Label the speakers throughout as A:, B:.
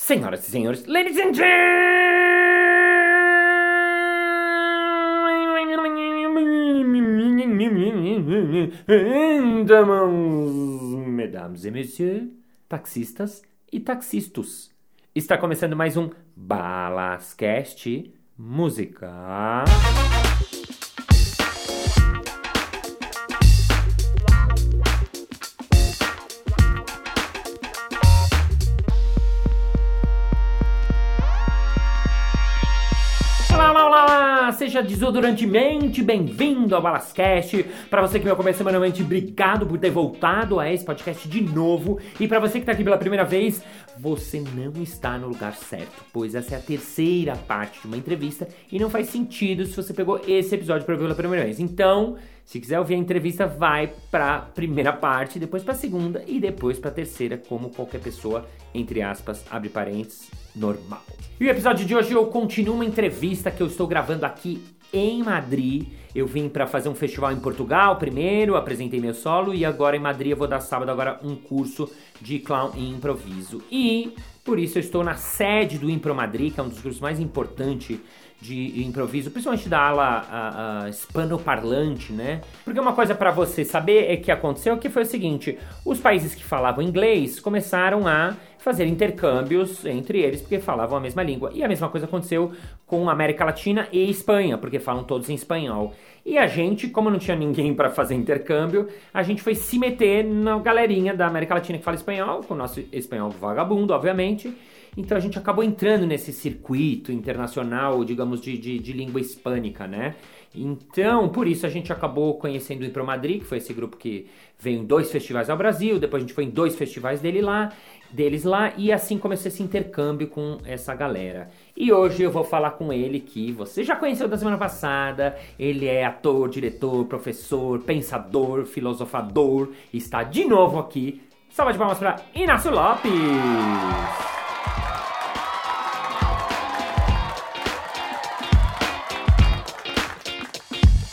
A: Senhoras e senhores, ladies and gentlemen, Então, mesdames et messieurs, taxistas e taxistas. Está começando mais um Balascast Música. Olá, olá, olá! Seja desodorantemente bem-vindo ao Balascast. Pra você que me acompanha semanalmente, obrigado por ter voltado a esse podcast de novo. E pra você que tá aqui pela primeira vez, você não está no lugar certo, pois essa é a terceira parte de uma entrevista e não faz sentido se você pegou esse episódio para ver pela primeira vez. Então, se quiser ouvir a entrevista, vai pra primeira parte, depois pra segunda e depois pra terceira, como qualquer pessoa, entre aspas, abre parênteses, normal. E o episódio de hoje eu continuo uma entrevista que eu estou gravando aqui em Madrid. Eu vim pra fazer um festival em Portugal primeiro, apresentei meu solo e agora em Madrid eu vou dar sábado agora um curso de clown e improviso. E por isso eu estou na sede do Impro Madrid, que é um dos grupos mais importantes de improviso, principalmente da ala a, a, hispanoparlante, né? Porque uma coisa pra você saber é que aconteceu que foi o seguinte: os países que falavam inglês começaram a fazer intercâmbios entre eles porque falavam a mesma língua. E a mesma coisa aconteceu com a América Latina e Espanha, porque falam todos em espanhol. E a gente, como não tinha ninguém pra fazer intercâmbio, a gente foi se meter na galerinha da América Latina que fala espanhol, com o nosso espanhol vagabundo, obviamente. Então a gente acabou entrando nesse circuito internacional, digamos, de, de, de língua hispânica, né? Então, por isso a gente acabou conhecendo o Impro Madrid, que foi esse grupo que veio em dois festivais ao Brasil, depois a gente foi em dois festivais dele lá, deles lá, e assim começou esse intercâmbio com essa galera. E hoje eu vou falar com ele que você já conheceu da semana passada, ele é ator, diretor, professor, pensador, filosofador, e está de novo aqui. Salva de palmas para Inácio Lopes!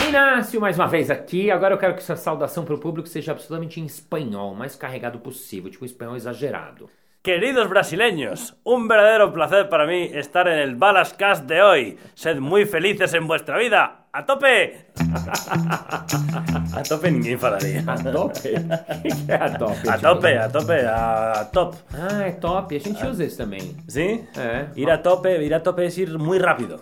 A: Inácio, mais uma vez aqui. Agora eu quero que sua saudação para o público seja absolutamente em espanhol, o mais carregado possível, tipo espanhol exagerado.
B: Queridos brasileños, un verdadero placer para mí estar en el Balascast de hoy. Sed muy felices en vuestra vida. ¡A tope! A tope ninguém falaría.
A: A tope? O que que é a tope?
B: A tope, a tope, a top.
A: Ah, é top. A gente usa isso também.
B: ¿Sí?
A: É.
B: Ir a tope, ir a tope es ir muy rápido.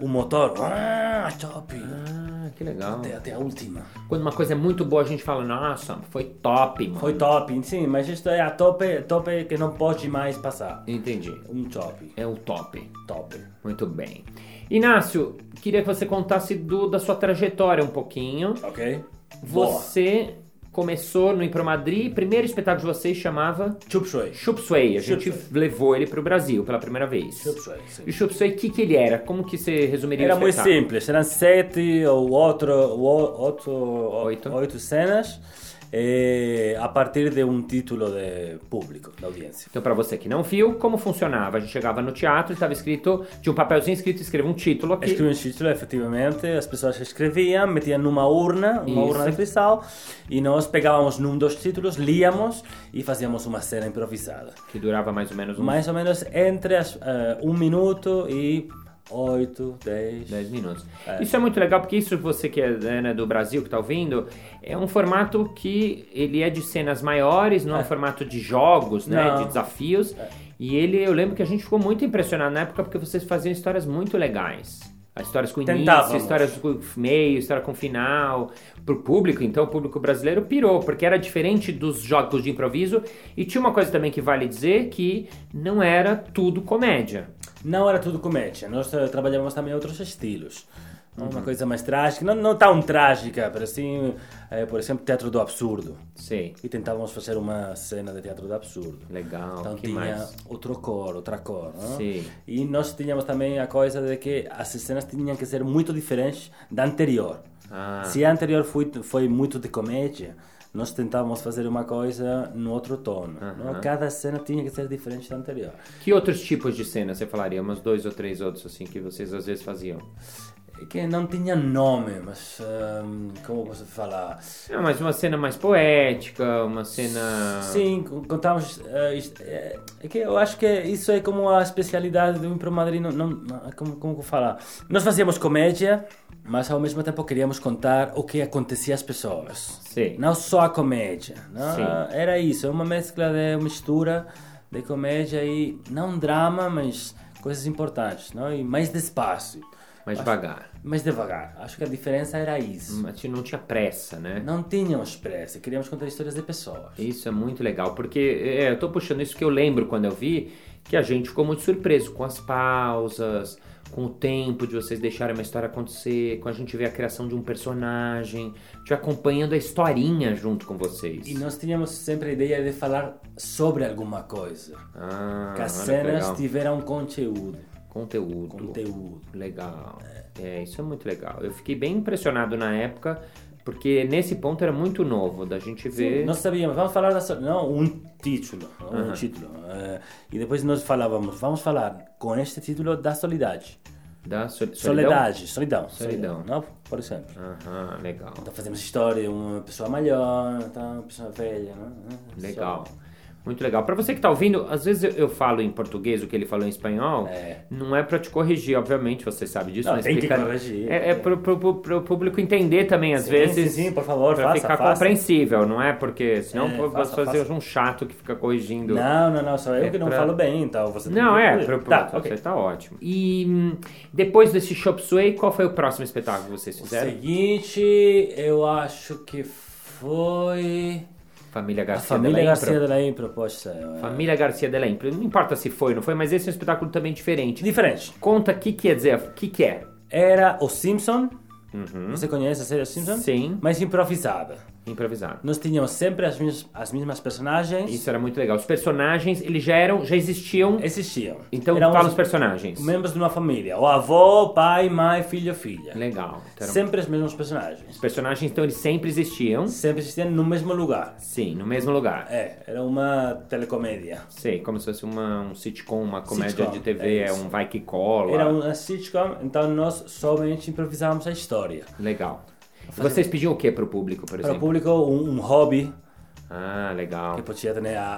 B: Un motor. A tope.
A: Ah, que legal.
B: Até, até a última.
A: Quando uma coisa é muito boa, a gente fala, nossa, foi top, mano.
B: Foi top, sim, mas isto é a tope, tope que não pode mais passar.
A: Entendi.
B: Um top.
A: É o top.
B: Top.
A: Muito bem. Inácio, queria que você contasse do- da sua trajetória um pouquinho.
B: Ok? Boa.
A: Você começou no Impro Madrid, primeiro espetáculo de vocês chamava
B: Chup Shui.
A: Chup Suey. A
B: Chup
A: gente levou ele pro Brasil pela primeira vez.
B: Chup Shui, sim.
A: E o Chup Suey, o que, que ele era? Como que você resumiria
B: Era
A: o
B: muito
A: espetáculo?
B: simples, eram sete ou outro, ou- outro,
A: Oito.
B: oito. cenas eh, a partir de um título de público, da audiência.
A: Então, pra você que não viu, como funcionava? A gente chegava no teatro, estava escrito, tinha um papelzinho escrito, escreva um título aqui.
B: Escrevi um título, efetivamente, as pessoas escreviam, metiam numa urna, uma
A: Isso.
B: urna de cristal, e nós pegávamos num dos títulos, líamos e fazíamos uma cena improvisada.
A: Que durava mais ou menos um uns
B: Mais ou menos entre as, eh, um minuto e oito, dez.
A: 10 minutos. Isso é muito legal, porque isso você que é né, né, do Brasil, que tá ouvindo, é um formato que ele é de cenas maiores, não é, um formato de jogos, né?
B: Não. É.
A: De desafios. E ele, eu lembro que a gente ficou muito impressionado na época, porque vocês faziam histórias muito legais. As Histórias com início,
B: Tentávamos.
A: histórias com meio, história com final. Pro público, então, o público brasileiro pirou, porque era diferente dos jogos de improviso. E tinha uma coisa também que vale dizer, que não era tudo comédia.
B: Não era tudo comédia, nós eh, trabalhávamos também outros estilos. Não é
A: Uhum.
B: Uma coisa mais trágica, não, não tão trágica, mas assim, eh, por exemplo, teatro do absurdo.
A: Sei.
B: E tentávamos fazer uma cena de teatro do absurdo.
A: Legal,
B: Então
A: Oh, que
B: tinha
A: mais?
B: outro cor, outra cor. Não? é?
A: Sim.
B: E nós tínhamos também a coisa de que as cenas tinham que ser muito diferentes da anterior.
A: Ah.
B: Se a anterior foi, foi muito de comédia, nós tentávamos fazer uma coisa no outro tom. não? é? Cada cena tinha que ser diferente da anterior.
A: Que outros tipos de cena você falaria? Umas dois ou três outros, assim, que vocês às vezes faziam?
B: É que não tinha nome, mas ehm, como posso falar?
A: É, mas uma cena mais poética, uma cena.
B: Sim, co- contamos. eh, isto- eh, é que eu acho que isso é como a especialidade do Impro Madrid. Não, não, não- é como, como que eu falar? Nós fazíamos comédia, mas ao mesmo tempo queríamos contar o que acontecia às pessoas.
A: Sim.
B: Não só a comédia. Não?
A: Sim.
B: Era isso, é uma mescla de uma mistura de comédia e não drama, mas coisas importantes, não? E mais despacio,
A: Mais devagar.
B: mais devagar. Acho que a diferença era isso.
A: Mas não tinha pressa, né?
B: Não tínhamos pressa, queríamos contar histórias de pessoas.
A: Isso é muito legal, porque é, eu tô puxando isso que eu lembro quando eu vi, que a gente ficou muito surpreso com as pausas, com o tempo de vocês deixarem uma história acontecer, com a gente ver a criação de um personagem, te acompanhando a historinha junto com vocês.
B: E nós tínhamos sempre a ideia de falar sobre alguma coisa.
A: Ah,
B: que as
A: olha
B: cenas
A: legal.
B: tiveram conteúdo.
A: Conteúdo.
B: Conteúdo.
A: Legal. É, isso é muito legal. Eu fiquei bem impressionado na época, porque nesse ponto era muito novo da gente ver.
B: Nós sabíamos, vamos falar da so- não um título, não, um título. eh, e depois nós falávamos, vamos falar com este título da solidade.
A: da sol- solidão?
B: Soledade, solidão.
A: Solidão.
B: não? Por exemplo.
A: Aham, legal.
B: Então fazemos história de uma pessoa maior, então, uma pessoa velha, né?
A: Legal. Muito legal. Pra você que tá ouvindo, às vezes eu, eu falo em português o que ele falou em espanhol.
B: É.
A: Não é pra te corrigir, obviamente, você sabe disso.
B: Não,
A: mas
B: tem que
A: explica-
B: corrigir.
A: É, é pro, pro- pro- pro público entender também, às
B: Sim,
A: vezes.
B: sim, sim, por favor,
A: pra
B: faça,
A: ficar
B: faça.
A: compreensível, não é? Porque senão
B: É,
A: pô,
B: faça,
A: você fazer
B: faça.
A: um chato que fica corrigindo.
B: Não, não, não, só eu
A: É
B: que não
A: pra-
B: falo bem, então você tem
A: Não,
B: que-
A: é, pro, pro,
B: Tá,
A: você
B: ok.
A: tá ótimo. E hum, depois desse Shop Sway, qual foi o próximo espetáculo que vocês fizeram?
B: Seguinte, eu acho que foi.
A: Família
B: A
A: Garcia
B: família
A: della
B: Garcia
A: Impro.
B: de la Impro, proposta. é.
A: Família Garcia della Impro. Não importa se foi ou não foi, mas esse é um espetáculo também diferente.
B: Diferente.
A: Conta o que quer dizer, o que, que é.
B: Era o Simpson. Você conhece a série Os Simpson?
A: Hum? Uhum. Sim.
B: Mas improvisada.
A: Improvisado.
B: Nós tínhamos sempre as mesmas, as mesmas personagens.
A: Isso era muito legal. Os personagens, eles já eram, já existiam.
B: Existiam.
A: Então
B: Éramos
A: fala os personagens.
B: Membros de uma família. O avô, pai, mãe, filho, filha.
A: Legal. Então, eram-
B: Sempre os mesmos personagens.
A: Os personagens, então, eles sempre existiam.
B: Sempre existiam no mesmo lugar.
A: Sim, no mesmo lugar.
B: É, era uma telecomédia.
A: Sei, como se fosse uma, um sitcom, uma comédia
B: Sitcom,
A: de TV,
B: é
A: é
B: isso.
A: um vai que cola.
B: Era uma sitcom, então nós somente improvisávamos a história.
A: Legal. E vocês
B: um-
A: pediam o que pro público, por
B: Para o
A: exemplo?
B: público, um, um hobby
A: Ah, legal.
B: que podia ter né, a, a,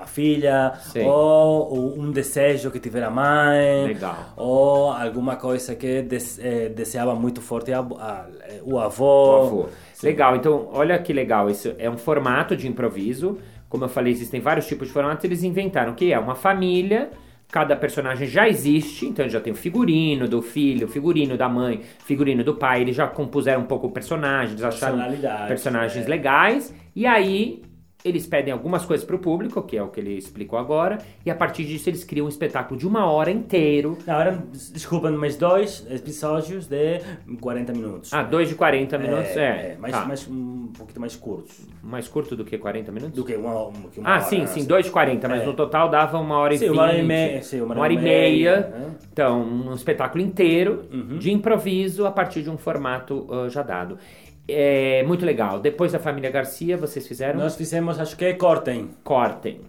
B: a- a filha,
A: Sim.
B: ou u- um desejo que tivera a mãe,
A: Legal.
B: ou alguma coisa que des- eh, deseava muito forte a- a- eh, o
A: Por
B: avô.
A: favor. Legal, então olha que legal. Isso é um formato de improviso. Como eu falei, existem vários tipos de formatos. Eles inventaram que é uma família. Cada personagem já existe, então já tem o figurino do filho, o figurino da mãe, figurino do pai. Eles já compuseram um pouco o personagem, eles acharam
B: Personalidade,
A: personagens
B: é.
A: legais. E aí eles pedem algumas coisas pro público, que é o que ele explicou agora. E a partir disso eles criam um espetáculo de uma hora inteiro.
B: Não, eram, des- desculpa, mas dois episódios de 40 minutos.
A: Ah, dois de 40
B: É,
A: minutos, é.
B: é, mais,
A: tá.
B: mais- um pouquinho mais curtos
A: Mais curto do que 40 minutos?
B: do que uma, um- que uma
A: Ah,
B: hora,
A: sim,
B: né?
A: sim, 2,40, mas
B: É.
A: no total dava uma hora e
B: Sim,
A: vinte.
B: uma hora e meia, sim,
A: uma hora e meia.
B: né? Uhum.
A: Então, um espetáculo inteiro de improviso a partir de um formato ah, já dado. É muito legal. Depois da Família Garcia, vocês fizeram
B: Nós fizemos, acho que é Cortem,
A: Cortem,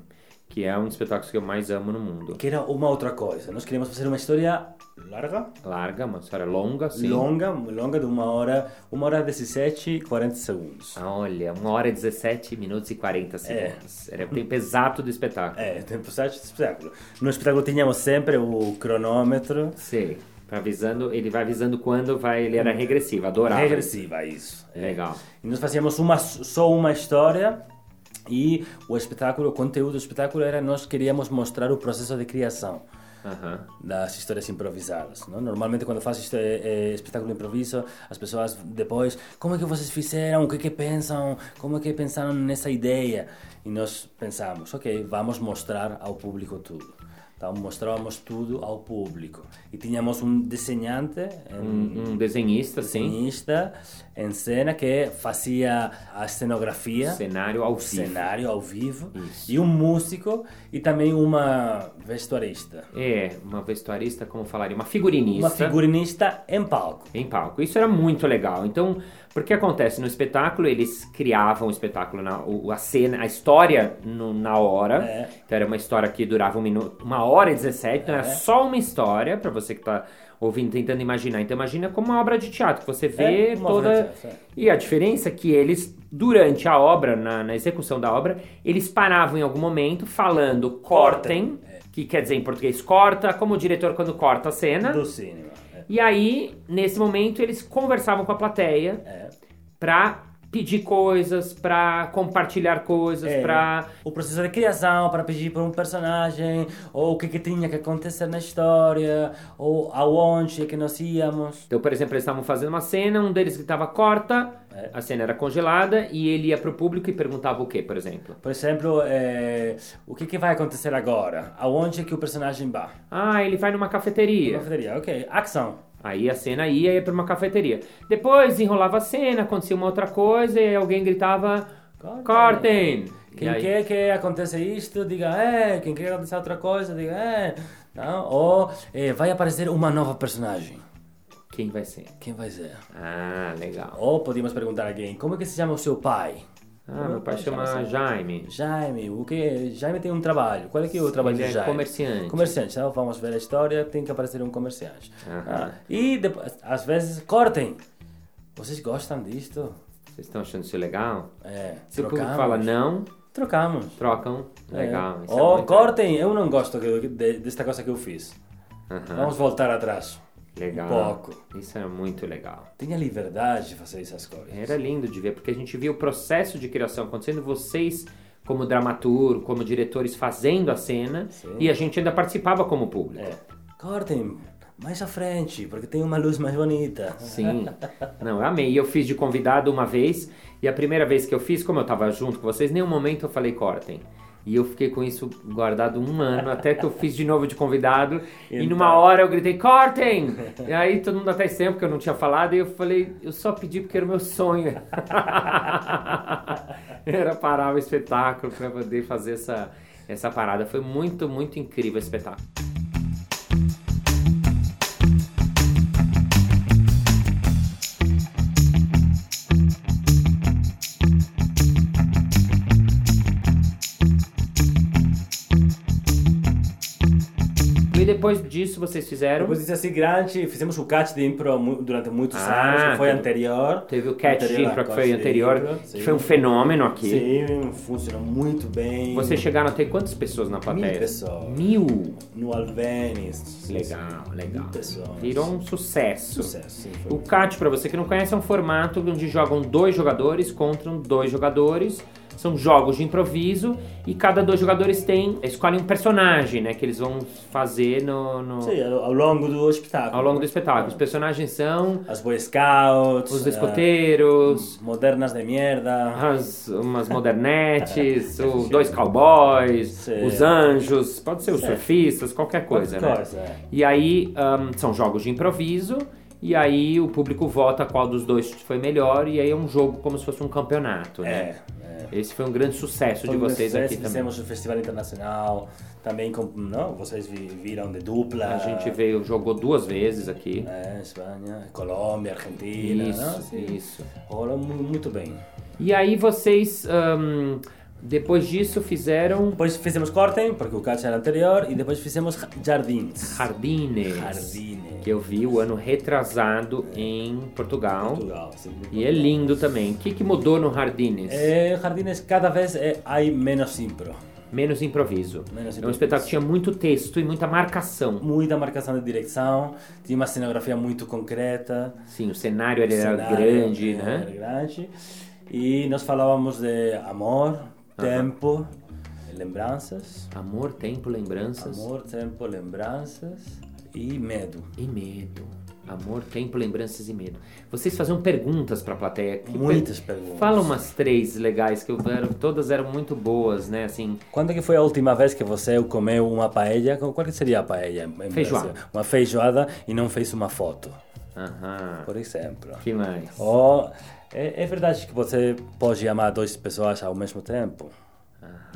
A: que é um dos espetáculos que eu mais amo no mundo.
B: que era uma outra coisa. Nós queríamos fazer uma história larga,
A: Larga, uma história longa, assim. sim.
B: longa, longa de uma hora, uma hora 17 e 40 segundos.
A: Ah, Olha, uma hora e 17 minutos e 40 segundos. Era o tempo exato do espetáculo.
B: É, tempo certo de espetáculo. No espetáculo tínhamos sempre o cronômetro
A: Sim. Pra Tá Avisando, ele vai avisando quando vai. Ele era regressivo, adorava.
B: regressiva, isso. É.
A: Legal.
B: E nós fazíamos uma, só uma história e o espetáculo, o conteúdo do espetáculo era nós queríamos mostrar o processo de criação
A: Aham.
B: das histórias improvisadas. Não? Normalmente quando faz histó- eh, eh, espetáculo improviso, as pessoas depois, como é que vocês fizeram, o que que pensam, como é que pensaram nessa ideia? E nós pensamos, ok, vamos mostrar ao público tudo. Então mostrávamos tudo ao público. E tínhamos um desenhante, um
A: Um desenhista, sim.
B: desenhista em cena que fazia a escenografia
A: Cenário ao vivo.
B: cenário ao vivo e um músico e também uma vestuarista.
A: É, uma vestuarista, como falaria, uma figurinista.
B: Uma figurinista em palco.
A: Em palco. Isso era muito legal. Então, porque acontece no espetáculo, eles criavam o espetáculo, na, o- a cena, a história no- na hora.
B: É.
A: Então era uma história que durava um minuto, uma hora e 17, então é,
B: É.
A: só uma história, pra você que tá ouvindo, tentando imaginar. Então imagina como uma obra de teatro, que você vê
B: É uma
A: toda...
B: obra de teatro, é.
A: E a diferença é que eles, durante a obra, na, na execução da obra, eles paravam em algum momento falando cortem,
B: é.
A: que quer dizer em português corta, como o diretor quando corta a cena.
B: do cinema. É.
A: E aí, nesse momento, eles conversavam com a plateia
B: É.
A: pra pedir coisas, pra compartilhar coisas,
B: É.
A: pra.
B: O processo de criação para pedir para um personagem, ou o que, que tinha que acontecer na história, ou aonde é que nós íamos.
A: Então, por exemplo, eles estavam fazendo uma cena, um deles gritava corta,
B: É.
A: a cena era congelada e ele ia pro público e perguntava o que, por exemplo.
B: Por exemplo, é, o que, que vai acontecer agora? Aonde é que o personagem vai?
A: Ah, ele vai numa cafeteria.
B: Cafeteria, ok. Ação.
A: Aí a cena ia, ia pra uma cafeteria. Depois enrolava a cena, acontecia uma outra coisa e alguém gritava
B: Cortem.
A: cortem. E
B: Quem
A: aí-
B: quer que aconteça isto, diga é. Quem quer que aconteça outra coisa, diga é. Não? Ou é, vai aparecer uma nova personagem.
A: Quem vai ser?
B: Quem vai ser?
A: Ah, legal.
B: Ou podemos perguntar a alguém, como é que se chama o seu pai?
A: Ah, meu pai
B: Chama
A: chama Jaime.
B: Jaime, o que Jaime tem um trabalho. Qual é que é o trabalho
A: Ele
B: de
A: é
B: Jaime?
A: comerciante.
B: Comerciante. Então vamos ver a história, tem que aparecer um comerciante.
A: Aham.
B: Ah, e depois, às vezes, cortem. Vocês gostam disto?
A: Vocês estão achando isso legal?
B: É,
A: Se o
B: trocamos.
A: público fala não,
B: Trocamos.
A: trocam. Legal.
B: É.
A: isso é
B: Ou
A: muito
B: cortem, eu não gosto que- de- desta coisa que eu fiz.
A: Aham.
B: Vamos voltar atrás.
A: Legal.
B: Um pouco.
A: Isso era muito legal.
B: Tenha liberdade de fazer essas coisas.
A: Era lindo de ver, porque a gente via o processo de criação acontecendo, vocês como dramaturgo, como diretores fazendo a cena,
B: Sim.
A: e a gente ainda participava como público.
B: É. Cortem mais à frente, porque tem uma luz mais bonita.
A: Sim. Não, eu amei. E eu fiz de convidado uma vez, e a primeira vez que eu fiz, como eu tava junto com vocês, em nenhum momento eu falei cortem. E eu fiquei com isso guardado um ano, até que eu fiz de novo de convidado. E
B: Então.
A: numa hora eu gritei, cortem! E aí todo mundo até sempre que eu não tinha falado, e eu falei, eu só pedi porque era o meu sonho. era parar o espetáculo pra poder fazer essa, essa parada. Foi muito, muito incrível o espetáculo. E depois disso vocês fizeram.
B: Depois disso assim, grande, fizemos o catch de impro mu- durante muitos
A: Ah,
B: anos, que foi
A: teve-
B: anterior.
A: Teve o Cat
B: Anterior à
A: Impro, que
B: Costa
A: foi
B: de
A: anterior,
B: Impro,
A: que
B: sim.
A: foi um fenômeno aqui.
B: Sim, funcionou muito bem.
A: Vocês chegaram a ter quantas pessoas na plateia?
B: Mil pessoas.
A: Mil.
B: No Alvenis.
A: Legal, legal.
B: Mil pessoas.
A: Virou um sucesso.
B: Sucesso, sim. foi
A: O CAT, pra você que não conhece, é um formato onde jogam dois jogadores contra dois jogadores. São jogos de improviso e cada dois jogadores tem escolhe um personagem, né? Que eles vão fazer no, no-
B: Sim, É. ao ao longo do espetáculo.
A: ao longo do espetáculo. Os personagens são
B: As Boy Scouts.
A: os Ah,
B: ah,
A: escoteiros,
B: Modernas de merda.
A: As, umas modernetes, os dois cowboys,
B: Sim.
A: os anjos, pode ser os
B: Sim.
A: surfistas, qualquer coisa, né?
B: coisa, é.
A: E aí ahn, são jogos de improviso, e aí o público vota qual dos dois foi melhor, e aí é um jogo como se fosse um campeonato, né?
B: É, é.
A: Esse foi um grande sucesso de um
B: Fomos
A: vocês
B: nesse
A: aqui também.
B: Fizemos o Festival Internacional, também com, não, vocês vi- viram de dupla.
A: A gente veio, jogou duas vezes aqui.
B: É, Espanha, Colômbia,
A: né?
B: Argentina. não?
A: Isso,
B: Sim.
A: isso.
B: Rolou mu- muito bem.
A: E aí vocês, ahn, depois disso, fizeram
B: Depois fizemos cortem, porque o catch era anterior, e depois fizemos ja- jardins.
A: jardines.
B: Jardine.
A: que eu vi o ano retrasado em Portugal.
B: Portugal. sim.
A: E é lindo também. O que, que mudou no Jardines?
B: É, jardines cada vez é, há menos impro.
A: Menos improviso. É
B: Menos
A: um
B: improviso.
A: espetáculo que tinha muito texto e muita marcação.
B: Muita marcação de direção, tinha uma cenografia muito concreta.
A: Sim, o cenário ele era
B: cenário,
A: grande,
B: é, Era
A: né?
B: grande. E nós falávamos de amor, tempo, lembranças.
A: Amor, tempo, lembranças
B: Amor, tempo, lembranças e medo.
A: e medo. Amor, tempo, lembranças e medo. Vocês faziam perguntas pra plateia. Que
B: Muitas
A: per-
B: perguntas.
A: Fala umas três legais que eu eram, todas eram muito boas, né? Assim,
B: Quando é que foi a última vez que você comeu uma paella? Qual que seria a paella? em- em
A: Feijoada.
B: Brasil? Uma feijoada e não fez uma foto,
A: aham.
B: por exemplo.
A: Que mais?
B: Ou é, é verdade que você pode amar duas pessoas ao mesmo tempo?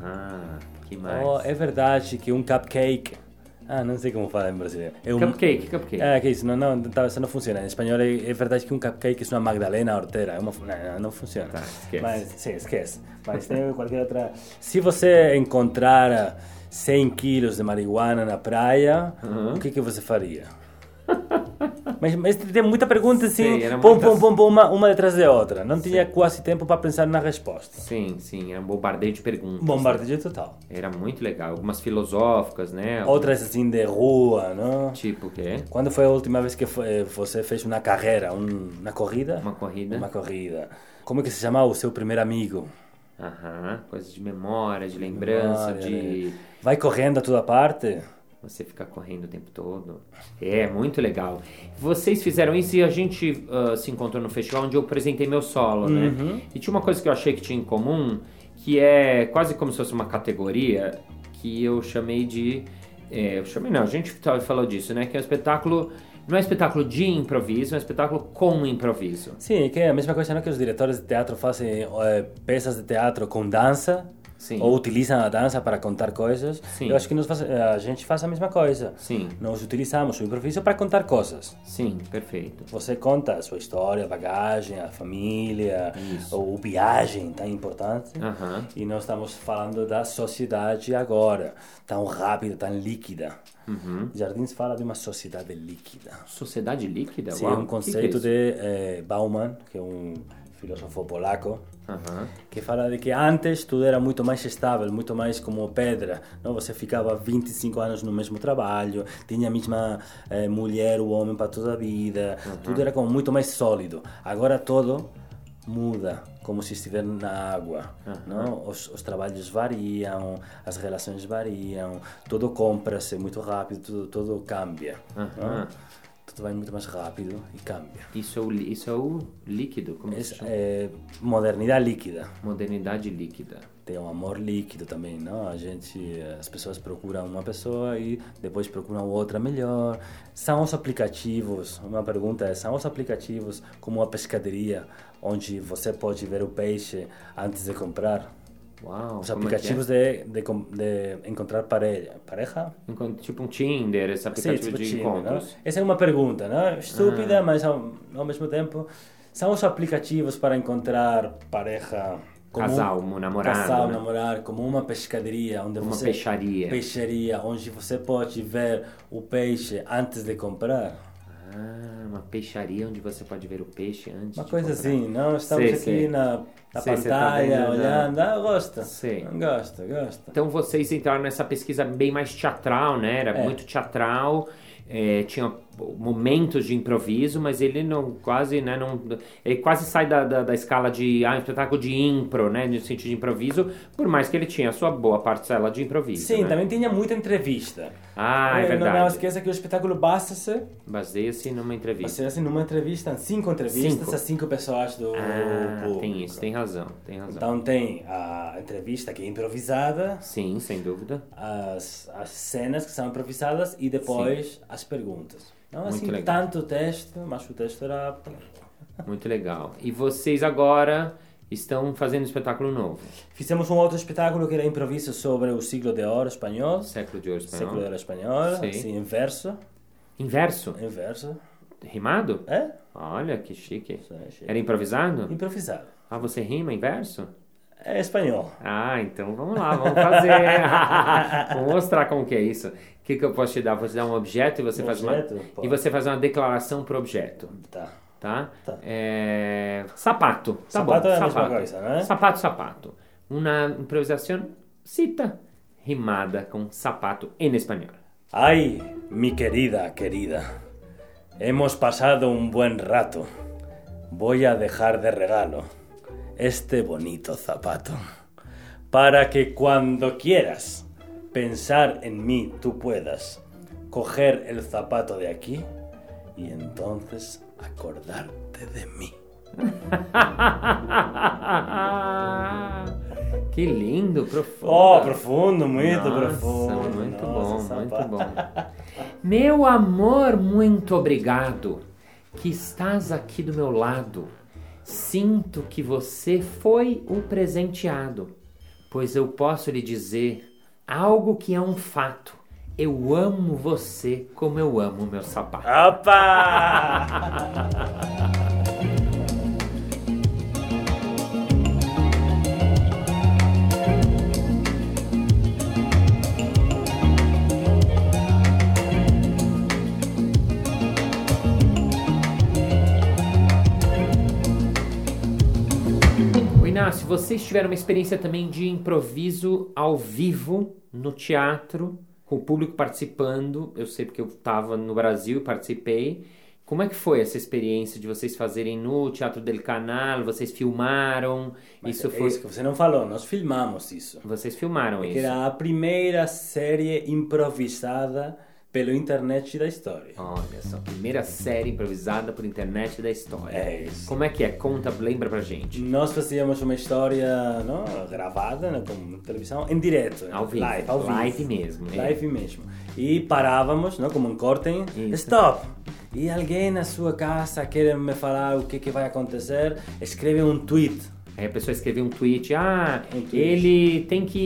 A: Aham. Que
B: Ou
A: mais?
B: é verdade que um cupcake... Ah, não sei como fala em brasileiro. É um-
A: Cupcake, cupcake.
B: É, que isso, não, não, tá, isso não funciona. Em espanhol é, é verdade que um cupcake é uma magdalena hortera, é uma, fu- não, não, não funciona.
A: Tá, esquece.
B: Mas, sim, esquece. Mas tem qualquer outra... Se você encontrar, 100 quilos de marihuana na praia, o que, que você faria? Mas, mas tem muita pergunta assim,
A: Sei, era
B: pum,
A: muitas.
B: pum, pum, pum, uma, uma detrás da outra. Não tinha quase tempo para pensar na resposta.
A: Sim, sim, era um bombardeio de perguntas.
B: Bombardeio total.
A: Era muito legal. Algumas filosóficas, né?
B: Outras assim de rua, não?
A: Tipo o quê?
B: Quando foi a última vez que foi- você fez uma carreira, um, uma corrida?
A: Uma corrida.
B: Uma corrida. Como é que se chama o seu primeiro amigo?
A: Aham. Coisas de memória, de lembrança,
B: Olha,
A: de.
B: né? Vai correndo a toda parte?
A: Você ficar correndo o tempo todo. É, muito legal. Vocês fizeram isso e a gente ah, se encontrou no festival onde eu apresentei meu solo,
B: Uhum.
A: né? E tinha uma coisa que eu achei que tinha em comum, que é quase como se fosse uma categoria que eu chamei de. é, eu chamei, não, a gente tal- falou disso, né? Que é um espetáculo. Não é espetáculo de improviso, é um espetáculo com improviso.
B: Sim, que é a mesma coisa não que os diretores de teatro fazem eh, peças de teatro com dança.
A: Sim.
B: Ou utilizam a dança para contar coisas.
A: Sim.
B: Eu acho que nós faz- a gente faz a mesma coisa.
A: Sim,
B: Nós utilizamos o improviso para contar coisas.
A: sim, perfeito.
B: Você conta a sua história, a bagagem, a família,
A: Isso.
B: ou viagem tão importante.
A: Aham.
B: E nós estamos falando da sociedade agora, tão rápida, tão líquida. Jardins fala de uma sociedade líquida.
A: Uhum. Sociedade líquida?
B: Sim,
A: Uau,
B: é um
A: que que é
B: conceito
A: isso?
B: de eh, Bauman, que é um filósofo polaco,
A: Aham.
B: que fala de que antes tudo era muito mais estável, muito mais como pedra. Não? Você ficava 25 anos no mesmo trabalho, tinha a mesma eh, mulher, o homem para toda a vida, tudo era como muito mais sólido. Agora tudo muda, como se estiver na água. Não? Os, os trabalhos variam, as relações variam, tudo compra-se muito rápido, tudo, tudo cambia.
A: Aham.
B: não? Tudo vai muito mais rápido e cambia.
A: Isso é o, li- isso é o líquido, como se
B: Es-
A: chama?
B: é modernidade líquida.
A: Modernidade líquida.
B: tem um amor líquido também, não? A gente, as pessoas procuram uma pessoa e depois procuram outra melhor. São os aplicativos, uma pergunta é, são os aplicativos como uma pescaderia onde você pode ver o peixe antes de comprar?
A: Uau,
B: Os
A: como é que é?
B: aplicativos de, de, com- de encontrar pareja, pareja?
A: Encon- Tipo um Tinder, esse aplicativo
B: tipo
A: de
B: Tinder,
A: encontros. Ah.
B: não? Essa é uma pergunta, não? Estúpida, mas ao, ao mesmo tempo são os aplicativos para encontrar pareja comum.
A: Casal, um namorado,
B: Casal,
A: né?
B: namorar, como uma pescaderia onde
A: Uma
B: Então você
A: peixaria.
B: peixaria onde você pode ver o peixe antes de comprar.
A: Ah, uma peixaria onde você pode ver o peixe antes
B: Uma
A: de
B: coisa
A: comprar.
B: assim, não? Estamos
A: Sei,
B: aqui
A: sei.
B: na, na
A: Sei, você tá
B: pantalla
A: vendo, né?
B: olhando. Ah, gosta.
A: Sei.
B: Gosta, gosta.
A: Então vocês entraram nessa pesquisa bem mais teatral, né? Era
B: É.
A: muito teatral, é, tinha momentos de improviso, mas ele não quase, né? Não, ele quase sai da, da, da escala de ah, um espetáculo de impro, né? No sentido de improviso, por mais que ele tinha a sua boa parcela de improviso.
B: Sim,
A: né?
B: também tinha muita entrevista.
A: Ah, é
B: Não- Não,
A: verdade.
B: esqueça que o espetáculo basta-se
A: Baseia-se numa entrevista.
B: Você assim, numa entrevista, cinco entrevistas
A: Cinco.
B: a cinco pessoas do
A: Ah,
B: público.
A: tem isso, tem razão, tem razão.
B: Então tem a entrevista que é improvisada,
A: Sim, sem dúvida.
B: as, as cenas que são improvisadas e depois as perguntas. Não
A: Muito
B: assim
A: legal.
B: tanto texto, mas o texto era
A: Muito legal. E vocês agora estão fazendo um espetáculo novo.
B: Fizemos um outro espetáculo que era improviso sobre o siglo de ouro espanhol,
A: Século de Ouro Espanhol.
B: século de ouro espanhol,
A: Sim.
B: assim, em verso,
A: Inverso?
B: em verso.
A: Rimado?
B: É?
A: Olha, que chique.
B: Isso é chique.
A: Era improvisado?
B: Improvisado.
A: Ah, você rima inverso?
B: É espanhol.
A: Ah, então vamos lá, vamos fazer. vou mostrar como que é isso. O que, que eu posso te dar? Vou te dar um objeto e você
B: Um
A: faz uma.
B: objeto? Pode.
A: E você faz uma declaração pro objeto.
B: Tá.
A: tá?
B: Tá.
A: É, Sapato. Tá
B: Sapato
A: bom.
B: é a mesma
A: sapato.
B: coisa, né?
A: Sapato, sapato. Uma improvisação cita rimada com sapato em espanhol.
B: Ay, mi querida, querida, hemos pasado un buen rato. Voy a dejar de regalo este bonito zapato para que cuando quieras pensar en mí tú puedas coger el zapato de aquí y entonces acordarte de mí.
A: que lindo, profundo.
B: Oh, profundo, muy profundo.
A: Nossa, muito bom,
B: Nossa,
A: muito
B: zapato.
A: bom. Meu amor, muito obrigado que estás aqui do meu lado. Sinto que você foi o presenteado, pois eu posso lhe dizer algo que é um fato. Eu amo você como eu amo meu sapato.
B: ¡Apa!
A: se vocês tiveram uma experiência também de improviso ao vivo no teatro, com o público participando, eu sei porque eu estava no Brasil e participei. Como é que foi essa experiência de vocês fazerem no Teatro del Canal? Vocês filmaram?
B: Mas
A: isso
B: é
A: foi.
B: isso que você não falou, nós filmamos isso.
A: Vocês filmaram
B: Que
A: isso.
B: era a primeira série improvisada pela internet da história.
A: Olha só, primeira série improvisada por internet da história.
B: É isso.
A: Como é que é? Conta, lembra pra gente.
B: Nós fazíamos uma história não, gravada né, com televisão em direto, né,
A: Ao vivo.
B: live, ao vivo.
A: Live mesmo, né?
B: Live mesmo. E parávamos, não, como um corte,
A: Isso.
B: stop! E alguém na sua casa quer me falar o que, que vai acontecer, escreve um tweet.
A: Aí a pessoa escreveu um tweet, ah,
B: Um tweet. É,
A: ele tem que.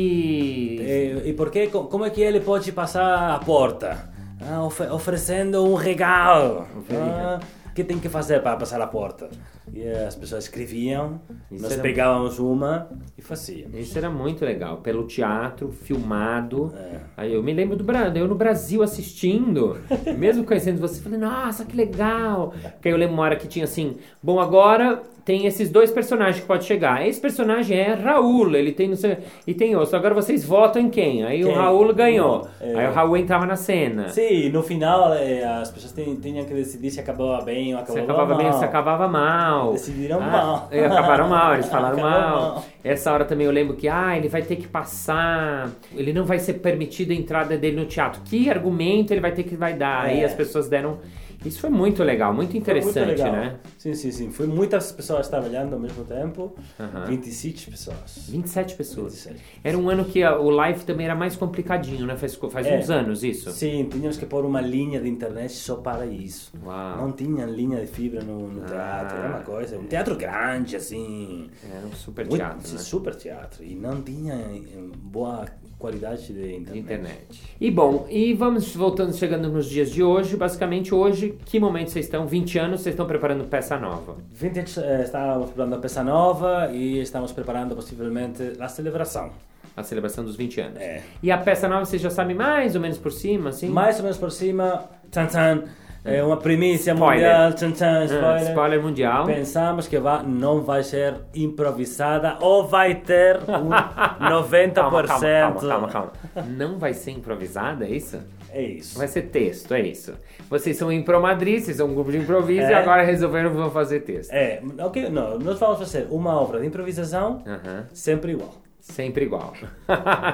B: E, e por que, co- como é que ele pode passar a porta? Ah, ofe- oferecendo um regalo. Ah, O que tem que fazer para passar a porta? E as pessoas escreviam,
A: Isso
B: nós
A: era-
B: pegávamos uma e fazíamos.
A: Isso era muito legal, pelo teatro, filmado.
B: É.
A: Aí eu me lembro do Brasil, eu no Brasil assistindo, mesmo conhecendo você, falei, nossa, que legal. Porque aí eu lembro uma hora que tinha assim, bom, agora tem esses dois personagens que pode chegar. Esse personagem é Raul, ele tem não sei, e tem outro. Agora vocês votam em quem? Aí o
B: Quem?
A: Raul ganhou.
B: É.
A: Aí o Raul entrava na cena.
B: Sim, no final eh, as pessoas tin- tinham que decidir se acabava bem ou
A: Se
B: acabava,
A: acabava bem,
B: mal.
A: se acabava mal.
B: Decidiram
A: Ah,
B: mal.
A: é, Acabaram mal, eles falaram
B: Acabou
A: mal.
B: mal.
A: Essa hora também eu lembro que, ah, ele vai ter que passar, ele não vai ser permitido a entrada dele no teatro. Que argumento ele vai ter que vai dar? Aí
B: É.
A: as pessoas deram. Isso foi muito legal, muito
B: Foi muito
A: interessante,
B: legal.
A: né?
B: Sim, sim, sim. Foi muitas pessoas trabalhando ao mesmo tempo.
A: Aham.
B: 26 pessoas.
A: 27 pessoas.
B: 27.
A: Era um ano que a- o live também era mais complicadinho, né? Faz, faz
B: É.
A: uns anos isso.
B: Sim, tínhamos que pôr uma linha de internet só para isso.
A: Uau.
B: Não tinha linha de fibra no, no
A: Ah.
B: teatro, era uma coisa. Um teatro grande, assim.
A: Era um super
B: Muito-
A: teatro,
B: sim,
A: né?
B: Super teatro. E não tinha eh, boa qualidade de internet.
A: internet. E bom, e vamos voltando, chegando nos dias de hoje. Basicamente, hoje, que momento vocês estão? 20 anos, vocês estão preparando peça nova.
B: 20, eh, estávamos preparando a peça nova e estamos preparando possivelmente a celebração.
A: A celebração dos 20 anos.
B: É.
A: E a peça nova vocês já sabem mais ou menos por cima, assim?
B: Mais ou menos por cima, tchan tchan, é uma primícia
A: Hum. Spoiler.
B: mundial, tchan tchan,
A: Ah,
B: spoiler.
A: spoiler mundial.
B: Pensamos que vai, não vai ser improvisada ou vai ter um 90%.
A: Calma, calma, calma, calma, calma. Não vai ser improvisada, é isso?
B: É isso.
A: Vai ser texto, é isso. Vocês são impromadriz, vocês são um grupo de improviso
B: É.
A: e agora resolveram que vão fazer texto.
B: É, ok, não, nós vamos fazer uma obra de improvisação
A: Aham.
B: sempre igual.
A: Sempre igual.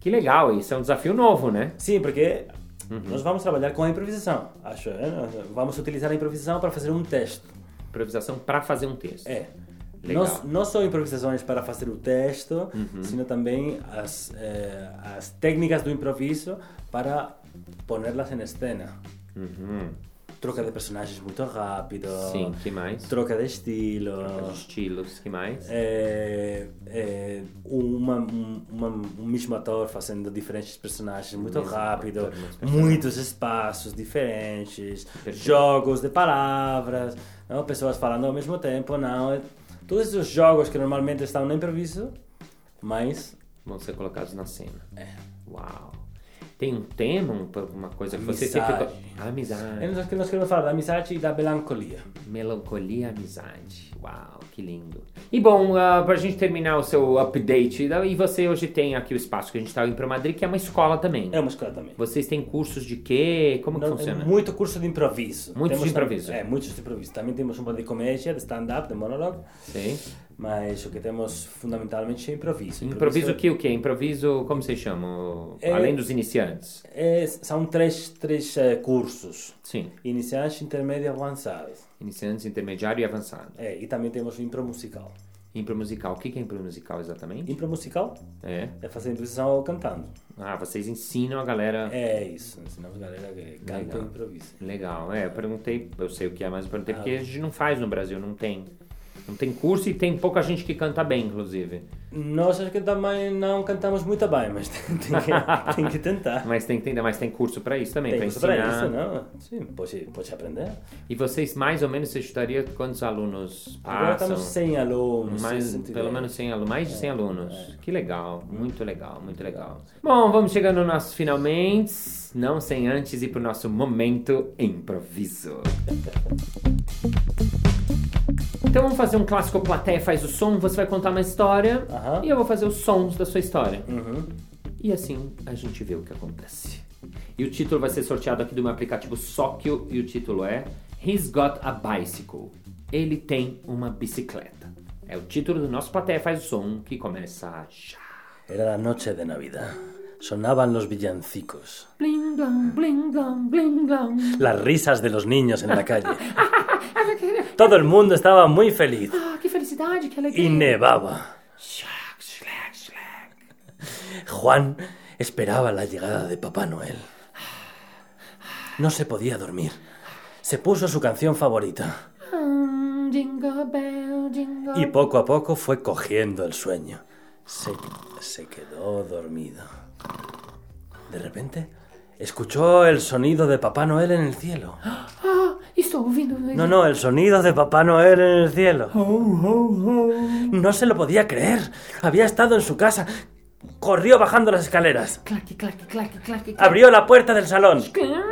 A: que legal, isso é um desafio novo, né?
B: Sim, porque
A: Uhum.
B: nós vamos trabalhar com a improvisação, acho. né? Nós Vamos utilizar a improvisação para fazer um texto.
A: Improvisação pra fazer um texto.
B: É.
A: Legal. Uhum.
B: Não, não só improvisações para fazer o texto, sino também as, eh, as técnicas do improviso para ponerlas em cena.
A: Uhum.
B: Troca de personagens muito rápido.
A: Sim, que mais?
B: Troca de estilo.
A: Estilos, que mais?
B: eh, eh, uma, um- uma- um mesmo ator fazendo diferentes personagens muito
A: Mesmo
B: rápido,
A: ator, mesmo
B: muitos espaços diferentes, jogos de palavras, não? pessoas falando ao mesmo tempo, não. é, Todos esses jogos que normalmente estão no improviso, mas
A: Vão ser colocados na cena. É. Uau. Tem um tema, um- uma coisa que você sempre...
B: Amizade.
A: co- Amizade.
B: é nós que nós queremos falar da amizade e da melancolia.
A: Melancolia, amizade. Uau, que lindo. E bom, ah, pra gente terminar o seu update, e você hoje tem aqui o espaço que a gente tá em Pro Madrid, que é uma escola também.
B: É uma escola também.
A: Vocês têm cursos de quê? Como que
B: Não,
A: funciona?
B: é muito curso de improviso.
A: Muito de
B: Temos tam-
A: improviso.
B: É, muitos de improviso. Também temos um de comédia, de stand-up, de monólogo.
A: Sim.
B: Mas o que temos fundamentalmente é improviso.
A: Improviso que o quê? Improviso, como vocês chamam?
B: É-
A: Além dos iniciantes.
B: é- são três, três eh, cursos:
A: Sim.
B: iniciante, intermédio e avançado.
A: Iniciantes, intermediário e avançado.
B: É, e também temos o impro musical.
A: Impro musical. O que que é impro musical exatamente?
B: Impro musical
A: É.
B: é fazer improvisação cantando.
A: Ah, vocês ensinam a galera.
B: É isso. Ensinamos a galera que canta e
A: Legal.
B: improvisa.
A: Legal. É, eu perguntei, eu sei o que é, mas eu perguntei
B: Ah.
A: porque a gente não faz no Brasil, não tem. Não tem curso e tem pouca gente que canta bem, inclusive.
B: Nós acho que também não cantamos muito bem, mas tem que, tem que tentar.
A: Mas tem, tem, mas tem curso pra isso também, pra
B: Tem
A: ensinar.
B: para isso, né? não? Sim, pode, pode aprender.
A: E vocês, mais ou menos, você chutaria quantos alunos
B: Agora tá
A: passam?
B: estamos sem alunos.
A: Ah, Mais,
B: 60 e
A: pelo
B: dez.
A: menos 100 alunos, mais de 100 alunos. Que legal, muito legal, muito legal. Bom, vamos chegando no nosso finalmente, não sem antes ir pro nosso momento improviso. Então vamos fazer um clássico plateia faz o som, você vai contar uma história
B: Aham.
A: e eu vou fazer os sons da sua história.
B: Uhum.
A: E assim a gente vê o que acontece. E o título vai ser sorteado aqui do meu aplicativo Sóquio e o título é He's Got a Bicycle. Ele tem uma bicicleta. É o título do nosso plateia faz o som que começa já.
B: Era la noche de Navidad. Sonaban los villancicos,
A: Bling, blong, bling, blong, bling, blong.
B: las risas de los niños en la calle. Todo el mundo estaba muy feliz
A: Ah, que felicidade, que
B: y
A: alegria.
B: nevaba.
A: Shlack, shlack, shlack.
B: Juan esperaba la llegada de Papá Noel. No se podía dormir. Se puso su canción favorita
A: Hum, jingle bell, jingle
B: y poco a poco fue cogiendo el sueño. Se, se quedó dormido. De repente, escuchó el sonido de Papá Noel en el cielo.
A: Ah, estou ouvindo.
B: No, no, el sonido de Papá Noel en el cielo.
A: Ho, ho, ho.
B: No se lo podía creer. Había estado en su casa. Corrió bajando las escaleras.
A: Clac, clac, clac, clac, clac.
B: Abrió la puerta del salón.
A: Clac.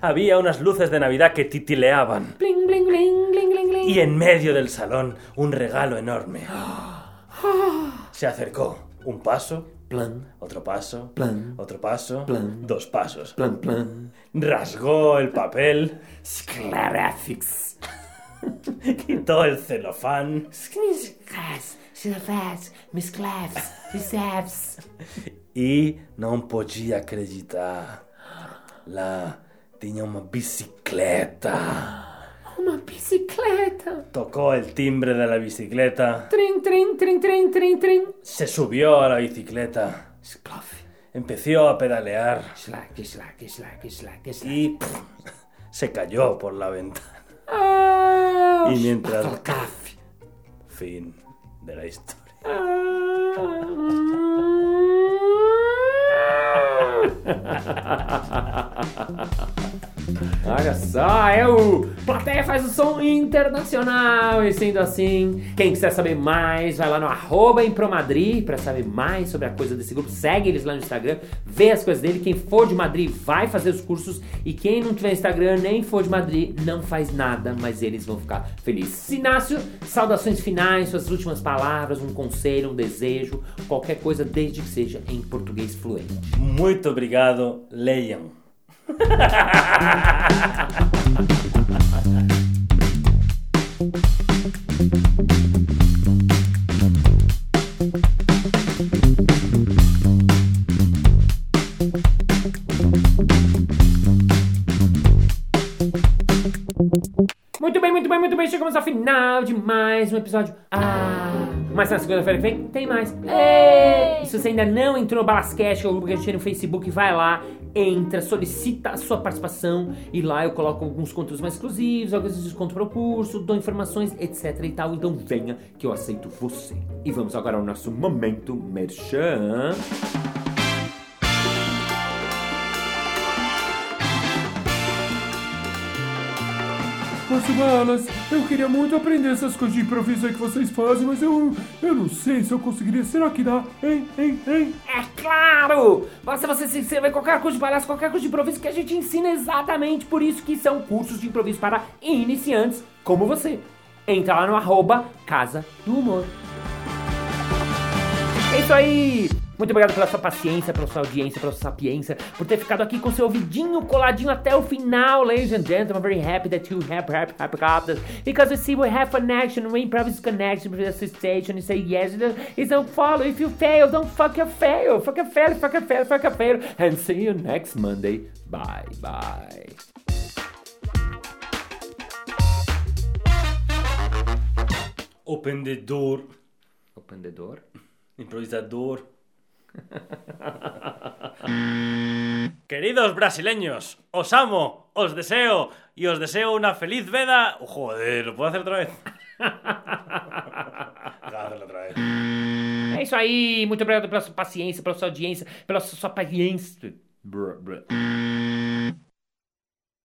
B: Había unas luces de Navidad que titileaban.
A: Bling, bling, bling, bling, bling, bling.
B: Y en medio del salón, un regalo enorme. Se acercó. Un paso,
A: Plan,
B: otro paso,
A: Plan.
B: otro paso,
A: Plan.
B: dos pasos.
A: plan, plan.
B: Rasgó el papel,
A: Sclerafix.
B: quitó el celofán
A: Sclerafix. Sclerafix. Misclefs. Misclefs.
B: y no podía acreditar. La tenía una bicicleta.
A: Uma bicicleta.
B: Tocó el timbre de la bicicleta,
A: Trim, trim, trim, trim, trim, trim.
B: se subió a la bicicleta,
A: Sclof.
B: empezó a pedalear
A: Slack, slack, slack, slack, slack.
B: y pff, se cayó por la ventana.
A: Ah.
B: Y mientras...
A: Caf.
B: Fin de la historia.
A: Olha só, é o Plateia Faz o Som Internacional. E sendo assim, quem quiser saber mais, vai lá no arroba Impromadri pra saber mais sobre a coisa desse grupo. Segue eles lá no Instagram, vê as coisas dele. Quem for de Madrid vai fazer os cursos. E quem não tiver Instagram nem for de Madrid, não faz nada, mas eles vão ficar felizes. Sinácio, saudações finais, suas últimas palavras, um conselho, um desejo, qualquer coisa, desde que seja em português fluente.
B: Muy obrigado, Leyan.
A: Muito bem, muito bem, muito bem. Chegamos ao final de mais um episódio. Ah! Mas na segunda-feira que vem tem mais. Ei! E se você ainda não entrou no Balascast, é ou no no Facebook, vai lá, entra, solicita a sua participação e lá eu coloco alguns conteúdos mais exclusivos, alguns descontos para o curso, dou informações, etc e tal. Então venha que eu aceito você. E vamos agora ao nosso momento merchan.
C: Mas, Balas, eu queria muito aprender essas coisas de improviso aí que vocês fazem, mas eu, eu não sei se eu conseguiria. Será que dá? Hein, hein, hein?
A: É claro! Basta você se inscrever em qualquer curso de palhaço, qualquer curso de improviso que a gente ensina exatamente por isso que são cursos de improviso para iniciantes como você. Entra lá no arroba Casa do Humor. É isso aí! Muito obrigado pela sua paciência, pela sua audiência, pela sua sapiência, por ter ficado aqui com seu ouvidinho coladinho até o final, ladies and gentlemen. I'm very happy that you have, have, have got this. Because we see we have a connection, we improvis connection with the station, you say yes, it's don't follow. If you fail, don't fuck your fail. Fuck your fail, fuck your fail, fuck your fail. And see you next Monday. Bye, bye.
B: Open the door,
A: Open the door.
B: improvisador. Queridos brasileños, os amo, os deseo y os deseo una feliz veda. Joder, ¿lo puedo hacer otra vez? Voy a hacerlo otra vez.
A: É isso aí. Muito obrigado pela sua paciência, pela sua audiência, pela sua, sua paciência. Brr, brr.